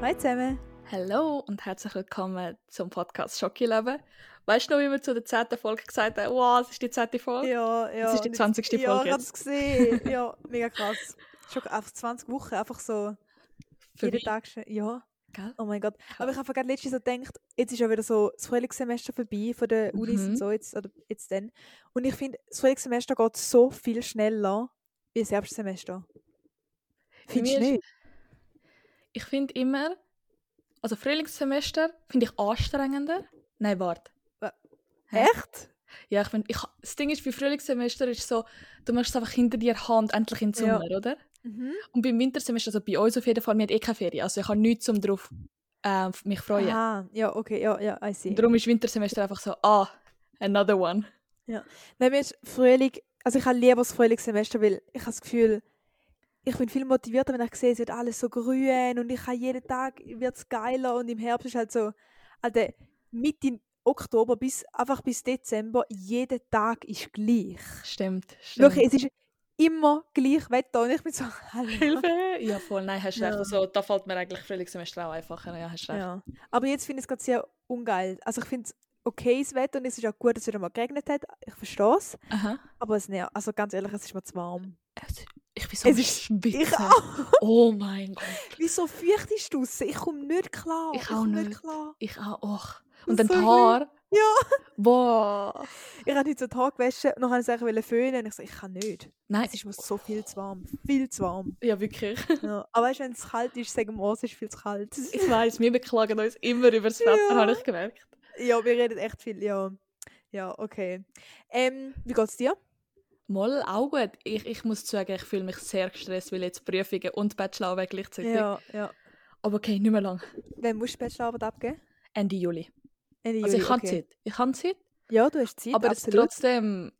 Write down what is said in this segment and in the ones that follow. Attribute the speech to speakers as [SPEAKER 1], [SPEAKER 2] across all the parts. [SPEAKER 1] Hallo zusammen.
[SPEAKER 2] Hallo und herzlich willkommen zum Podcast Schocki-Leben. Weißt du noch, wie wir zu der 10. Folge gesagt haben, wow, es ist die 10. Folge?
[SPEAKER 1] Ja, ja.
[SPEAKER 2] Das ist die
[SPEAKER 1] und
[SPEAKER 2] 20.
[SPEAKER 1] jetzt- Ja,
[SPEAKER 2] Folge
[SPEAKER 1] ich
[SPEAKER 2] jetzt.
[SPEAKER 1] hab's gesehen. Ja, mega krass. Schon einfach 20 Wochen, einfach so jeden
[SPEAKER 2] Vorbei,
[SPEAKER 1] Tag schon. Ja,
[SPEAKER 2] gell?
[SPEAKER 1] oh mein Gott. Aber ich habe gerade letztens so gedacht, jetzt ist ja wieder so das Frühlingssemester vorbei von den Unis
[SPEAKER 2] Mhm.
[SPEAKER 1] und so, jetzt, oder jetzt dann. Und ich finde, das Frühlingssemester geht so viel schneller wie das Herbstsemester. Findest du
[SPEAKER 2] mir ist-
[SPEAKER 1] nicht?
[SPEAKER 2] Ich finde immer, also Frühlingssemester finde ich anstrengender. Nein, warte. Hä?
[SPEAKER 1] Echt?
[SPEAKER 2] Ja, ich finde, ich, das Ding ist, bei Frühlingssemester ist so, du machst es einfach hinter dir Hand, endlich im
[SPEAKER 1] Ja.
[SPEAKER 2] Sommer, oder?
[SPEAKER 1] Mhm.
[SPEAKER 2] Und beim Wintersemester, also bei uns auf jeden Fall, wir haben eh keine Ferien, also ich habe nichts um drauf äh, mich freuen.
[SPEAKER 1] Aha, ja, okay, ja, ja, I see.
[SPEAKER 2] Darum ist Wintersemester einfach so, ah, another one.
[SPEAKER 1] Nein, mir ist Frühling, also ich habe lieber das Frühlingssemester, weil ich habe das Gefühl, ich bin viel motivierter, wenn ich sehe, es wird alles so grün und ich habe jeden Tag, wird es geiler und im Herbst ist halt so, also Mitte Oktober bis einfach bis Dezember, jeden Tag ist gleich.
[SPEAKER 2] Stimmt, stimmt.
[SPEAKER 1] Wirklich, es ist immer gleich Wetter und ich bin so, Hilfe.
[SPEAKER 2] Hilfe! Ja, voll, nein, hast
[SPEAKER 1] Ja.
[SPEAKER 2] recht. Also, da fällt mir eigentlich Frühlingssemester auch einfacher. Ja, hast recht.
[SPEAKER 1] Ja. Aber jetzt finde ich es gerade sehr ungeil. Also ich finde es okay, das Wetter und es ist auch gut, dass es wieder mal geregnet hat, ich verstehe es,
[SPEAKER 2] Aha.
[SPEAKER 1] aber es nervt, also ganz ehrlich, es ist mir zu warm.
[SPEAKER 2] Es- Ich bin so
[SPEAKER 1] Es ist-
[SPEAKER 2] schwitze.
[SPEAKER 1] Ich auch.
[SPEAKER 2] Oh mein Gott.
[SPEAKER 1] Wieso feucht ist du Ich komme nicht klar.
[SPEAKER 2] Ich auch
[SPEAKER 1] komm
[SPEAKER 2] nicht.
[SPEAKER 1] klar.
[SPEAKER 2] Ich auch. Och.
[SPEAKER 1] Das
[SPEAKER 2] Und dann
[SPEAKER 1] ist
[SPEAKER 2] die
[SPEAKER 1] so
[SPEAKER 2] Haare.
[SPEAKER 1] Ja.
[SPEAKER 2] Boah.
[SPEAKER 1] Ich habe heute so einen Tag gewaschen und dann wollte ich es eigentlich föhnen und ich so, ich kann nicht.
[SPEAKER 2] Nein,
[SPEAKER 1] Es ist mir so viel zu warm. Viel zu warm.
[SPEAKER 2] ja wirklich.
[SPEAKER 1] Ja. Aber weißt, du, wenn es kalt ist, sagen wir, oh, es ist viel zu kalt.
[SPEAKER 2] Ich weiß, wir beklagen uns immer über das Wetter,
[SPEAKER 1] Ja.
[SPEAKER 2] habe ich gemerkt.
[SPEAKER 1] ja, wir reden echt viel. Ja, ja okay. Ähm, wie geht's dir?
[SPEAKER 2] Mal auch gut. Ich, ich muss sagen, ich fühle mich sehr gestresst, weil jetzt Prüfungen und Bachelorarbeit gleichzeitig.
[SPEAKER 1] ja.
[SPEAKER 2] Aber okay, nicht mehr lang.
[SPEAKER 1] Wann musst du die Bachelorarbeit abgeben?
[SPEAKER 2] Ende Juli.
[SPEAKER 1] Ende
[SPEAKER 2] Also
[SPEAKER 1] Juli,
[SPEAKER 2] ich habe
[SPEAKER 1] okay.
[SPEAKER 2] Zeit. Ich habe Zeit.
[SPEAKER 1] Ja, du hast Zeit,
[SPEAKER 2] Aber es
[SPEAKER 1] absolut.
[SPEAKER 2] trotzdem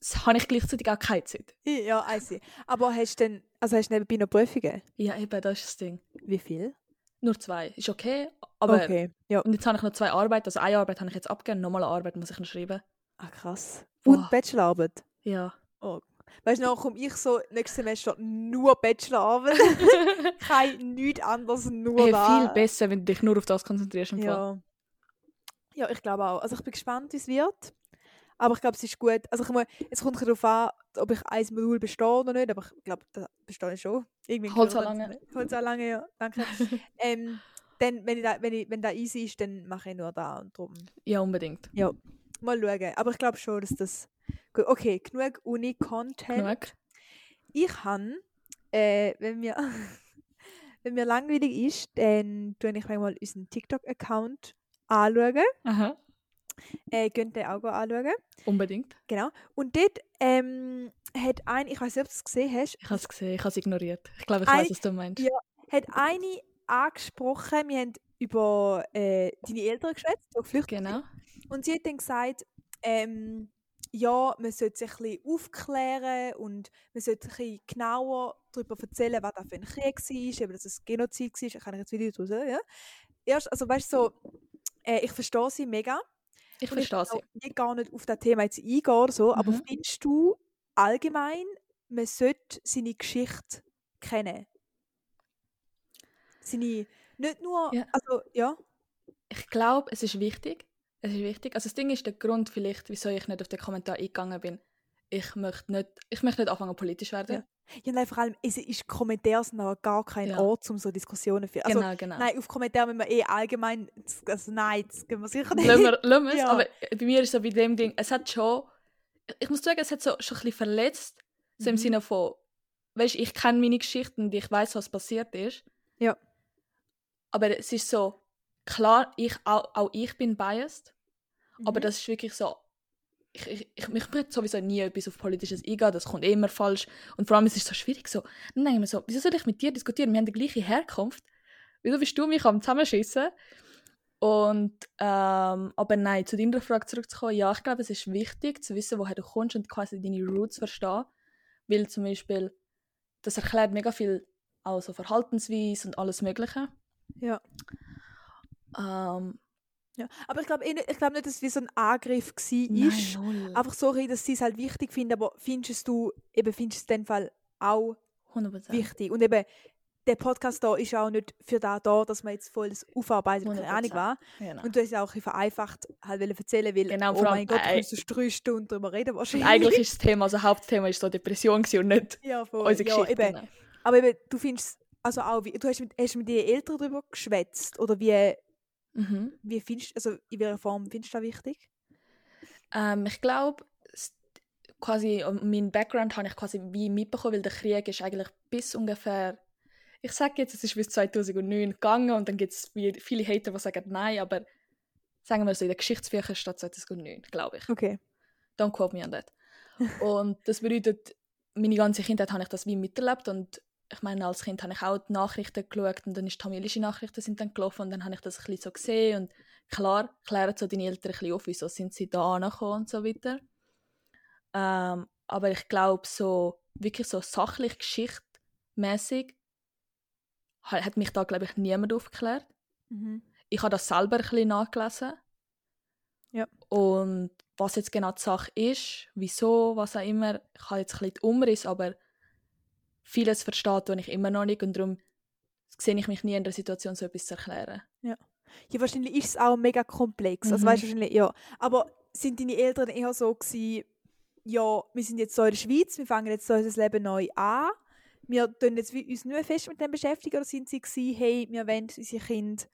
[SPEAKER 2] s- habe ich gleichzeitig auch keine Zeit.
[SPEAKER 1] Ja, I see. Aber hast du denn, also hast du nebenbei noch Prüfungen?
[SPEAKER 2] Ja, eben, das ist das Ding.
[SPEAKER 1] Wie viel?
[SPEAKER 2] Nur zwei. Ist okay, aber...
[SPEAKER 1] okay, ja.
[SPEAKER 2] Und jetzt habe ich noch zwei Arbeiten. Also eine Arbeit habe ich jetzt abgegeben, nochmal eine Arbeit muss ich noch schreiben.
[SPEAKER 1] Ah, krass.
[SPEAKER 2] Boah.
[SPEAKER 1] Und Bachelorarbeit?
[SPEAKER 2] Ja.
[SPEAKER 1] Weißt du, dann komme ich so nächstes Semester nur Bachelorarbeit. Kein nichts anderes, nur
[SPEAKER 2] Hey,
[SPEAKER 1] da.
[SPEAKER 2] viel besser, wenn du dich nur auf das konzentrierst. Im Fall.
[SPEAKER 1] Ja. ja, ich glaube auch. Also ich bin gespannt, wie es wird. Aber ich glaube, es ist gut. Also ich muss, es kommt darauf an, ob ich ein Modul bestehe oder nicht. Aber ich glaube, da bestehe ich schon. Irgendwie
[SPEAKER 2] Holt's
[SPEAKER 1] kriegen wir
[SPEAKER 2] auch
[SPEAKER 1] das
[SPEAKER 2] lange.
[SPEAKER 1] hin. Holt's auch lange, ja. Danke. ähm, dann, wenn, ich da, wenn, ich, wenn da easy ist, dann mache ich nur da und drum.
[SPEAKER 2] ja, unbedingt.
[SPEAKER 1] Mal schauen. Aber ich glaube schon, dass das... Gut. Okay, genug Uni-Content.
[SPEAKER 2] Genug.
[SPEAKER 1] Ich habe, äh, wenn mir wenn mir langweilig ist, dann tue ich manchmal unseren TikTok-Account anschauen.
[SPEAKER 2] Aha.
[SPEAKER 1] Äh, könnt ihr auch anschauen.
[SPEAKER 2] Unbedingt.
[SPEAKER 1] Genau. Und dort ähm, hat ein, ich weiß nicht, ob du es gesehen hast,
[SPEAKER 2] Ich habe es gesehen, ich habe es ignoriert. Ich glaube, ich
[SPEAKER 1] Ei-
[SPEAKER 2] weiß, was du meinst.
[SPEAKER 1] Ja. hat eine angesprochen, wir haben über äh, deine Eltern geschwätzt, die geflüchtet
[SPEAKER 2] Genau.
[SPEAKER 1] Und sie hat dann gesagt, ähm, ja, man sollte sich ein bisschen aufklären und man sollte ein bisschen genauer darüber erzählen, was da für ein Krieg war, eben, dass es Genozid war. Ich kann euch jetzt Video draus, ja. Erst, also weißt du, so, äh, ich verstehe sie mega.
[SPEAKER 2] Ich
[SPEAKER 1] Und
[SPEAKER 2] verstehe sie.
[SPEAKER 1] will auch gar nicht auf das Thema jetzt eingehen oder so, aber
[SPEAKER 2] Mhm.
[SPEAKER 1] findest du allgemein, man sollte seine Geschichte kennen? Seine, nicht nur,
[SPEAKER 2] Ja.
[SPEAKER 1] also, ja.
[SPEAKER 2] Ich glaube, es ist wichtig. Es ist wichtig. Also das Ding ist der Grund vielleicht, wieso ich nicht auf den Kommentar eingegangen bin. Ich möchte nicht, ich möchte nicht anfangen politisch werden.
[SPEAKER 1] Ja, nein, vor allem, es ist Kommentare sind aber gar kein
[SPEAKER 2] Ja.
[SPEAKER 1] Ort, um so Diskussionen zu führen. Also,
[SPEAKER 2] genau, genau.
[SPEAKER 1] nein, auf Kommentare müssen wir eh allgemein, also nein, das gehen wir sicher nicht.
[SPEAKER 2] lassen wir, lassen wir es.
[SPEAKER 1] Ja.
[SPEAKER 2] Aber bei mir ist so bei dem Ding, es hat schon, ich muss sagen, es hat so schon ein bisschen verletzt, so im
[SPEAKER 1] Mhm.
[SPEAKER 2] Sinne von, weißt ich kenne meine Geschichten und ich weiß, was passiert ist.
[SPEAKER 1] Ja.
[SPEAKER 2] Aber es ist so, klar, ich, auch, auch ich bin biased, aber
[SPEAKER 1] Mhm.
[SPEAKER 2] das ist wirklich so, ich, ich, ich, ich möchte sowieso nie etwas auf Politisches eingehen, das kommt eh immer falsch. Und vor allem, es ist so schwierig, so, dann denke ich mir so, wieso soll ich mit dir diskutieren? Wir haben die gleiche Herkunft. Wieso bist du mich am Zusammenschissen? Und, ähm, aber nein, zu deiner Frage zurückzukommen, ja, ich glaube, es ist wichtig zu wissen, woher du kommst und quasi deine Roots verstehen. Weil zum Beispiel, das erklärt mega viel, auch so Verhaltensweise und alles Mögliche.
[SPEAKER 1] Ja.
[SPEAKER 2] Ähm,
[SPEAKER 1] ja. aber ich glaube eh nicht- ich glaube nicht, dass es wie so ein Angriff war.
[SPEAKER 2] nein,
[SPEAKER 1] ist.
[SPEAKER 2] null.
[SPEAKER 1] Einfach so, dass sie es halt wichtig finden, aber findest du, eben findest du es in dem Fall auch
[SPEAKER 2] 100%.
[SPEAKER 1] wichtig. Und eben, der Podcast da ist auch nicht für da, da dass man jetzt voll das aufarbeiten und keine Ahnung
[SPEAKER 2] 100%.
[SPEAKER 1] war.
[SPEAKER 2] Genau.
[SPEAKER 1] Und du hast es auch ein bisschen vereinfacht halt wollen erzählen, weil,
[SPEAKER 2] Genau,
[SPEAKER 1] oh
[SPEAKER 2] vor allem
[SPEAKER 1] mein Gott,
[SPEAKER 2] ei-
[SPEAKER 1] kannst du drei Stunden drüber reden
[SPEAKER 2] Und
[SPEAKER 1] wahrscheinlich.
[SPEAKER 2] eigentlich ist das Thema, also Hauptthema ist so Depression gewesen und nicht
[SPEAKER 1] ja, voll,
[SPEAKER 2] unsere
[SPEAKER 1] Oh, ja,
[SPEAKER 2] Geschichte.
[SPEAKER 1] eben.
[SPEAKER 2] Nein.
[SPEAKER 1] Aber eben, du findest, also auch, wie, du hast mit, hast mit deinen Eltern darüber geschwätzt oder wie,
[SPEAKER 2] Mhm.
[SPEAKER 1] wie findest also in welcher Form findest du das wichtig?
[SPEAKER 2] Ähm, ich glaube, quasi ähm, meinen Background habe ich quasi wie mitbekommen, weil der Krieg ist eigentlich bis ungefähr, ich sage jetzt, es ist bis 2009 gegangen und dann gibt es viele Hater, die sagen nein, aber sagen wir so, in der Geschichtsbücher steht 2009, glaube ich.
[SPEAKER 1] Okay.
[SPEAKER 2] Don't quote me on that. Und das bedeutet, meine ganze Kindheit habe ich das wie miterlebt und ich meine, als Kind habe ich auch die Nachrichten geschaut und dann ist tamilische Nachrichten sind dann gelaufen und dann habe ich das ein bisschen so gesehen und klar, klären so deine Eltern ein bisschen auf, wieso sind sie da angekommen und so weiter. Ähm, aber ich glaube, so wirklich so sachlich, geschichtmäßig hat mich da, glaube ich, niemand aufgeklärt
[SPEAKER 1] Mhm.
[SPEAKER 2] ich habe das selber ein bisschen nachgelesen.
[SPEAKER 1] Ja.
[SPEAKER 2] Und was jetzt genau die Sache ist, wieso, was auch immer, ich habe jetzt ein bisschen den Umriss, aber vieles versteht ich immer noch nicht und darum sehe ich mich nie in der Situation, so etwas zu erklären.
[SPEAKER 1] Ja, wahrscheinlich ist es auch mega komplex. Also
[SPEAKER 2] Mhm.
[SPEAKER 1] weißt du wahrscheinlich, ja. Aber sind deine Eltern eher so gewesen, ja, wir sind jetzt so in der Schweiz, wir fangen jetzt so unser Leben neu an, wir tun jetzt wie uns nicht mehr fest mit dem beschäftigen, oder sind sie gewesen, hey, wir wollen, dass unsere Kinder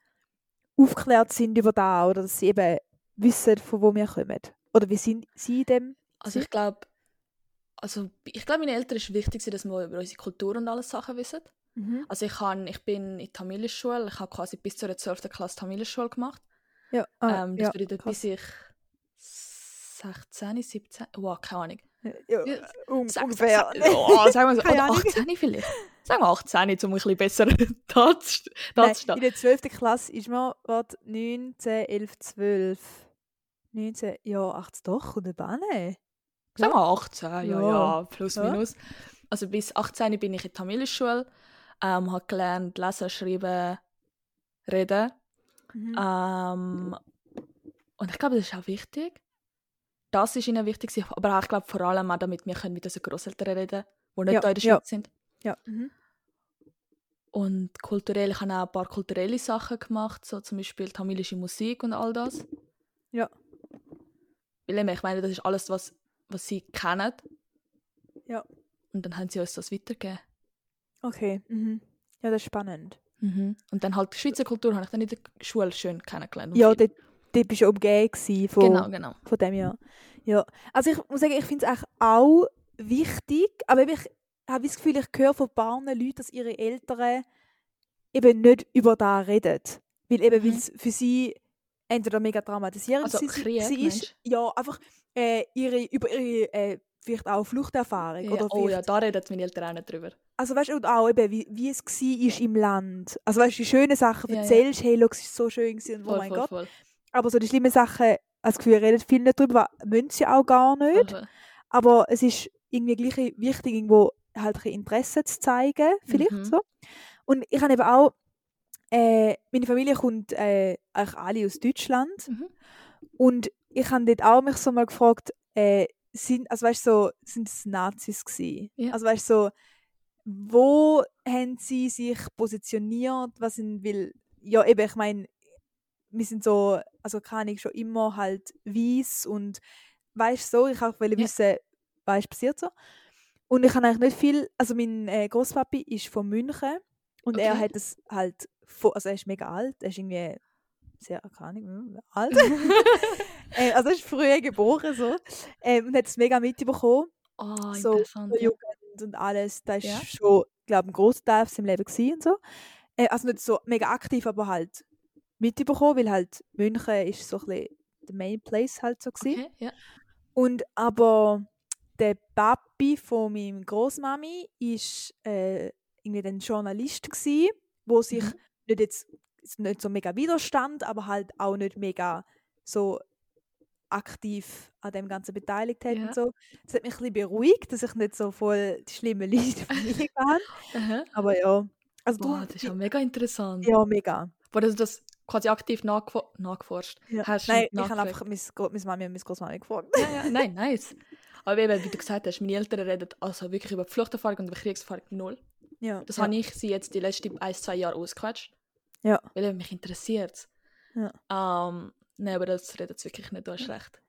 [SPEAKER 1] aufgeklärt sind über da oder dass sie eben wissen, von wo wir kommen? Oder wie sind sie in dem?
[SPEAKER 2] Also ich glaube, also ich glaube, meinen Eltern ist wichtig, dass wir über unsere Kultur und alles Sachen wissen.
[SPEAKER 1] Mhm.
[SPEAKER 2] Also ich, kann, ich bin in die Tamilisch Schule, ich habe quasi bis zur 12. Klasse Tamilisch Schule gemacht.
[SPEAKER 1] Ja, ah,
[SPEAKER 2] ähm, das
[SPEAKER 1] ja,
[SPEAKER 2] bedeutet,
[SPEAKER 1] krass.
[SPEAKER 2] bis ich 16, 17, wow, keine Ahnung.
[SPEAKER 1] ja, um,
[SPEAKER 2] ja,
[SPEAKER 1] un
[SPEAKER 2] Sag-
[SPEAKER 1] ungefähr. ne?
[SPEAKER 2] sag- Oh, sagen wir so,
[SPEAKER 1] Keine
[SPEAKER 2] oder
[SPEAKER 1] Ahnung.
[SPEAKER 2] 18 vielleicht. Sagen wir 18, um ein bisschen besser da zu da
[SPEAKER 1] Nein,
[SPEAKER 2] zu
[SPEAKER 1] in
[SPEAKER 2] stehen.
[SPEAKER 1] der 12. Klasse ist man warte, 9, 10, 11, 12. 19, ja, 18, doch, eh? und eine
[SPEAKER 2] Sagen wir 18, ja, ja,
[SPEAKER 1] Ja.
[SPEAKER 2] plus,
[SPEAKER 1] Ja.
[SPEAKER 2] minus. Also bis 18 bin ich in der Tamilischschule, ähm, habe gelernt, lesen, schreiben, reden.
[SPEAKER 1] mhm.
[SPEAKER 2] Ähm, und ich glaube, das ist auch wichtig. Das ist ihnen wichtig, gewesen, aber auch, ich glaube vor allem auch, damit wir können mit unseren Großeltern reden können, die nicht
[SPEAKER 1] Ja,
[SPEAKER 2] da in der
[SPEAKER 1] ja.
[SPEAKER 2] Schweiz sind.
[SPEAKER 1] Ja. Mhm.
[SPEAKER 2] Und kulturell, ich habe auch ein paar kulturelle Sachen gemacht, so zum Beispiel tamilische Musik und all das.
[SPEAKER 1] Ja.
[SPEAKER 2] Weil eben, ich meine, das ist alles, was, was sie kennen.
[SPEAKER 1] Ja.
[SPEAKER 2] Und dann haben sie uns das weitergegeben.
[SPEAKER 1] Okay. Mhm. Ja, das ist spannend.
[SPEAKER 2] Und dann halt die Schweizer Kultur habe ich dann in der Schule schön kennengelernt. und
[SPEAKER 1] Ja,
[SPEAKER 2] viel-
[SPEAKER 1] dort, dort bist du umgeben gewesen von,
[SPEAKER 2] genau, genau.
[SPEAKER 1] von dem Jahr. Ja. Also ich muss sagen, ich finde es auch wichtig, aber eben ich habe das Gefühl, ich höre von ein paar Leuten, dass ihre Eltern eben nicht über da reden. Weil eben,
[SPEAKER 2] Mhm.
[SPEAKER 1] weil es für sie entweder mega traumatisierend
[SPEAKER 2] Also
[SPEAKER 1] sie,
[SPEAKER 2] Krieg,
[SPEAKER 1] sie
[SPEAKER 2] meinst
[SPEAKER 1] ist. Ja, einfach äh, ihre, über ihre äh, vielleicht auch Fluchterfahrung.
[SPEAKER 2] Ja,
[SPEAKER 1] Oder
[SPEAKER 2] oh ja,
[SPEAKER 1] vielleicht-
[SPEAKER 2] da reden meine Eltern auch nicht drüber.
[SPEAKER 1] Also weißt du, und auch eben, wie, wie es war im Land. Also weißt du, die schönen Sachen
[SPEAKER 2] Ja, ja.
[SPEAKER 1] erzählst, hey, schau, es ist so schön gewesen, und oh
[SPEAKER 2] Voll,
[SPEAKER 1] mein
[SPEAKER 2] voll,
[SPEAKER 1] Gott.
[SPEAKER 2] voll,
[SPEAKER 1] Aber so die schlimmen Sachen, als Gefühl, reden viele nicht drüber, weil müssen sie auch gar nicht.
[SPEAKER 2] voll, voll.
[SPEAKER 1] Aber es ist irgendwie gleich wichtig, irgendwo halt ein bisschen Interesse zu zeigen, vielleicht
[SPEAKER 2] Mhm.
[SPEAKER 1] so. Und ich habe eben auch, äh, meine Familie kommt äh, eigentlich alle aus Deutschland.
[SPEAKER 2] Mhm.
[SPEAKER 1] Und ich habe dort auch mich so mal gefragt, äh, sind, also weißt, so, sind es Nazis gewesen?
[SPEAKER 2] Ja.
[SPEAKER 1] Also weißt, so, wo haben sie sich positioniert? Was sind, weil, ja eben, ich meine, wir sind so, also keine Ahnung, schon immer halt weiß und weißt so, ich auch wollte
[SPEAKER 2] Ja.
[SPEAKER 1] wissen, was passiert so. Und ich habe eigentlich nicht viel, also mein äh, Großpapi ist von München und er
[SPEAKER 2] Okay.
[SPEAKER 1] hat es halt, vo- also er ist mega alt, er ist irgendwie sehr, keine Ahnung, hm, alt. äh, also er ist früher geboren so ähm, und hat es mega mitbekommen
[SPEAKER 2] Ah,
[SPEAKER 1] So,
[SPEAKER 2] interessant.
[SPEAKER 1] der
[SPEAKER 2] ja.
[SPEAKER 1] Jugend und alles, da ist
[SPEAKER 2] Ja.
[SPEAKER 1] schon, glaube ein großer Teil von seinem Leben gewesen und so. Äh, also nicht so mega aktiv, aber halt mitbekommen, weil halt München ist so ein bisschen der Main Place halt so gewesen.
[SPEAKER 2] Okay, ja.
[SPEAKER 1] Und aber der Papi von meinem Großmami ist äh, irgendwie ein Journalist gsi, wo sich
[SPEAKER 2] Mhm.
[SPEAKER 1] nicht jetzt jetzt nicht so mega Widerstand, aber halt auch nicht mega so aktiv an dem Ganzen beteiligt hat
[SPEAKER 2] Ja.
[SPEAKER 1] und so. Das hat mich ein bisschen beruhigt, dass ich nicht so voll die schlimmen Leute von mir habe.
[SPEAKER 2] Aha.
[SPEAKER 1] Aber ja, also
[SPEAKER 2] Wow,
[SPEAKER 1] du,
[SPEAKER 2] das ist ja mega interessant.
[SPEAKER 1] ja mega.
[SPEAKER 2] Wo du das quasi aktiv nachgefo nachgeforscht
[SPEAKER 1] Ja.
[SPEAKER 2] hast.
[SPEAKER 1] Nein,
[SPEAKER 2] und
[SPEAKER 1] ich habe
[SPEAKER 2] nachgefragt.
[SPEAKER 1] einfach meine Gro- meine Mami und meine Großmami gefragt.
[SPEAKER 2] Ja, ja, nein, nice. Aber eben, wie du gesagt hast, meine Eltern reden also wirklich über die Fluchterfahrung und über Kriegserfahrung null.
[SPEAKER 1] Ja.
[SPEAKER 2] Das
[SPEAKER 1] ja.
[SPEAKER 2] habe ich sie jetzt die letzten ein, zwei Jahre ausgequetscht.
[SPEAKER 1] Ja.
[SPEAKER 2] Weil eben mich interessiert.
[SPEAKER 1] Ja.
[SPEAKER 2] Ähm, nein, aber das redet jetzt wirklich nicht, du hast recht.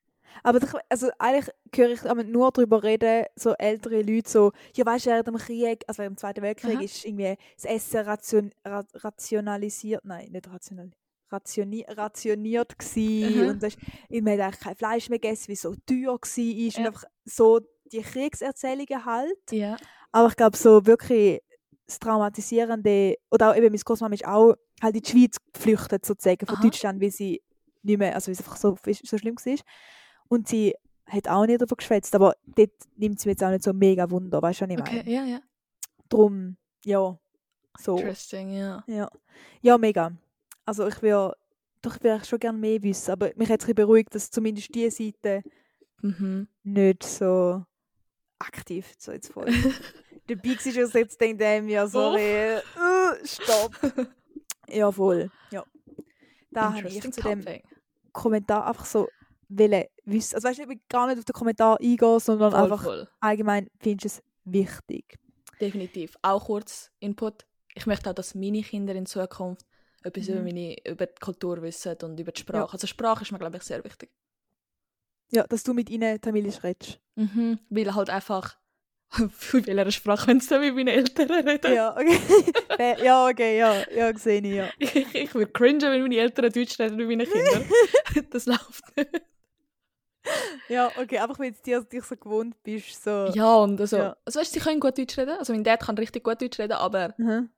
[SPEAKER 1] Aber doch, also eigentlich höre ich aber nur darüber reden, so ältere Leute so, ja weißt du, während dem Krieg, also während dem Zweiten Weltkrieg
[SPEAKER 2] Aha.
[SPEAKER 1] ist irgendwie das Essen ration, ra rationalisiert, nein, nicht rational, rationi rationiert gsi
[SPEAKER 2] Aha.
[SPEAKER 1] und das, man hat eigentlich kein Fleisch mehr gegessen, weil es so teuer gsi ist und
[SPEAKER 2] Ja.
[SPEAKER 1] einfach so die Kriegserzählungen halt.
[SPEAKER 2] Ja.
[SPEAKER 1] Aber ich glaube so wirklich das Traumatisierende, oder auch eben meine Großmama ist auch halt in die Schweiz geflüchtet sozusagen von
[SPEAKER 2] Aha.
[SPEAKER 1] Deutschland, weil sie nicht mehr, also weil es einfach so, so schlimm war. Und sie hat auch nicht davon geschwätzt, aber dort nimmt sie mir jetzt auch nicht so mega Wunder, weißt du, was ich meine?
[SPEAKER 2] Okay, ja, ja.
[SPEAKER 1] Drum, ja, so.
[SPEAKER 2] Interesting, ja.
[SPEAKER 1] Ja. ja, mega. Also ich würde, doch ich würde eigentlich schon gerne mehr wissen, aber mich hat es ein bisschen beruhigt, dass zumindest diese Seite
[SPEAKER 2] Mhm.
[SPEAKER 1] nicht so aktiv so jetzt voll. Der Pix ist uns jetzt denkt ähm, ja sorry, äh, stopp. Ja voll. Ja. Da habe ich
[SPEAKER 2] Interesting
[SPEAKER 1] zu dem
[SPEAKER 2] topic.
[SPEAKER 1] Kommentar einfach so wollen wissen. Also weißt du, ich will gar nicht auf den Kommentar eingehen, sondern
[SPEAKER 2] Voll,
[SPEAKER 1] einfach
[SPEAKER 2] voll.
[SPEAKER 1] allgemein findest du es wichtig.
[SPEAKER 2] Definitiv. Auch kurz Input. Ich möchte auch, dass meine Kinder in Zukunft etwas
[SPEAKER 1] Mhm.
[SPEAKER 2] über, meine, über die Kultur wissen und über die Sprache. Also Sprache ist mir, glaube ich, sehr wichtig.
[SPEAKER 1] Ja, dass du mit ihnen Tamilisch redest.
[SPEAKER 2] Mhm. Weil halt einfach, von welcher Sprache wenn sie mit meinen Eltern reden.
[SPEAKER 1] ja, okay. Äh, ja, okay, ja, ja, gesehen, ja.
[SPEAKER 2] Ich, ich würde cringen, wenn meine Eltern Deutsch reden mit meinen Kindern. das läuft nicht.
[SPEAKER 1] Ja, okay, einfach weil du dir- dich so gewohnt bist, so.
[SPEAKER 2] Ja, und also,
[SPEAKER 1] Ja.
[SPEAKER 2] also weißt, sie können gut Deutsch reden. Also mein Dad kann richtig gut Deutsch reden, aber
[SPEAKER 1] Mhm.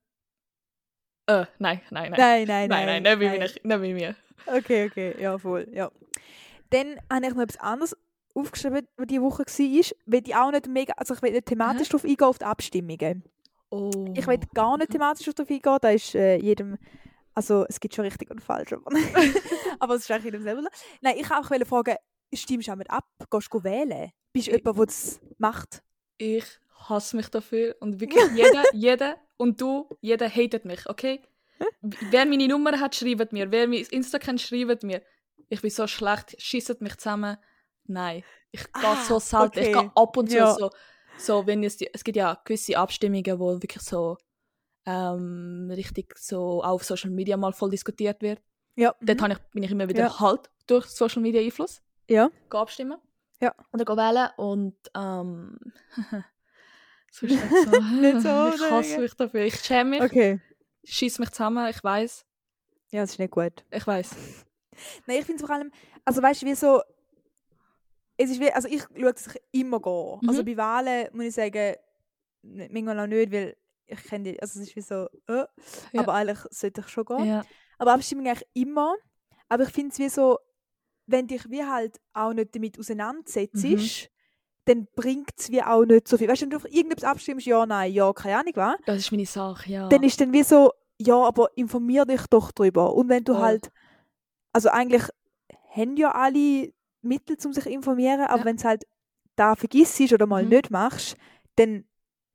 [SPEAKER 2] äh, nein, nein, nein.
[SPEAKER 1] Nein, nein, nein.
[SPEAKER 2] nein, nein, nicht bei, meinen Ki- nicht bei mir.
[SPEAKER 1] Okay, okay, ja, voll, ja. Dann habe ich noch etwas anderes aufgeschrieben, was diese Woche war. Will ich auch nicht mega, also ich will nicht thematisch darauf eingehen, auf die Abstimmungen.
[SPEAKER 2] Oh.
[SPEAKER 1] Ich will gar nicht thematisch darauf eingehen, da ist äh, jedem, also es gibt schon richtig und falsch, aber, aber es ist eigentlich jedem selber. so. Nein, ich wollte auch fragen, stimmst du auch mit ab? Gehst du wählen? Bist du
[SPEAKER 2] Ich-
[SPEAKER 1] jemand, der es macht?
[SPEAKER 2] ich hasse mich dafür und wirklich jeder, jeder und du, jeder hatet mich, okay? Wer meine Nummer hat, schreibt mir. Wer mein Insta kennt, schreibt mir. Ich bin so schlecht, schießt mich zusammen. Nein, ich gehe
[SPEAKER 1] Ah,
[SPEAKER 2] so selten. Ich
[SPEAKER 1] okay.
[SPEAKER 2] gehe ab und zu
[SPEAKER 1] Ja.
[SPEAKER 2] so, so wenn es, die- es gibt ja gewisse Abstimmungen, wo wirklich so ähm, richtig so auch auf Social Media mal voll diskutiert wird.
[SPEAKER 1] Ja.
[SPEAKER 2] Dort
[SPEAKER 1] mhm.
[SPEAKER 2] habe ich, bin ich immer wieder
[SPEAKER 1] Ja.
[SPEAKER 2] halt durch Social Media Einfluss
[SPEAKER 1] Ja.
[SPEAKER 2] gehen abstimmen.
[SPEAKER 1] Ja.
[SPEAKER 2] Oder gehen wählen und ähm, sonst nicht so.
[SPEAKER 1] Nicht so,
[SPEAKER 2] ich
[SPEAKER 1] oder?
[SPEAKER 2] hasse mich dafür. Ich schäme mich,
[SPEAKER 1] Okay.
[SPEAKER 2] schieße mich zusammen, ich weiß,
[SPEAKER 1] Ja, das ist nicht gut.
[SPEAKER 2] ich weiß.
[SPEAKER 1] Nein, ich finde es vor allem, also weißt du, wie so, es ist wie, also ich schaue, dass ich immer gehe.
[SPEAKER 2] Mhm.
[SPEAKER 1] Also bei Wahlen muss ich sagen, n- manchmal auch nicht, weil ich kenne die, also es ist wie so, äh,
[SPEAKER 2] Ja.
[SPEAKER 1] aber eigentlich sollte ich schon gehen.
[SPEAKER 2] Ja.
[SPEAKER 1] Aber Abstimmung eigentlich immer. Aber ich finde es wie so, wenn dich wie halt auch nicht damit auseinandersetzt,
[SPEAKER 2] Mhm.
[SPEAKER 1] dann bringt es wie auch nicht so viel. Weißt du, wenn du auf irgendetwas abstimmst, ja, nein, ja, keine Ahnung was,
[SPEAKER 2] Das ist meine Sache, ja.
[SPEAKER 1] dann ist dann wie so, ja, aber informier dich doch drüber. Und wenn du
[SPEAKER 2] Voll.
[SPEAKER 1] halt, also eigentlich haben ja alle Mittel, um sich zu informieren, aber
[SPEAKER 2] Ja.
[SPEAKER 1] wenn es halt da vergisst oder mal
[SPEAKER 2] Mhm.
[SPEAKER 1] nicht machst, dann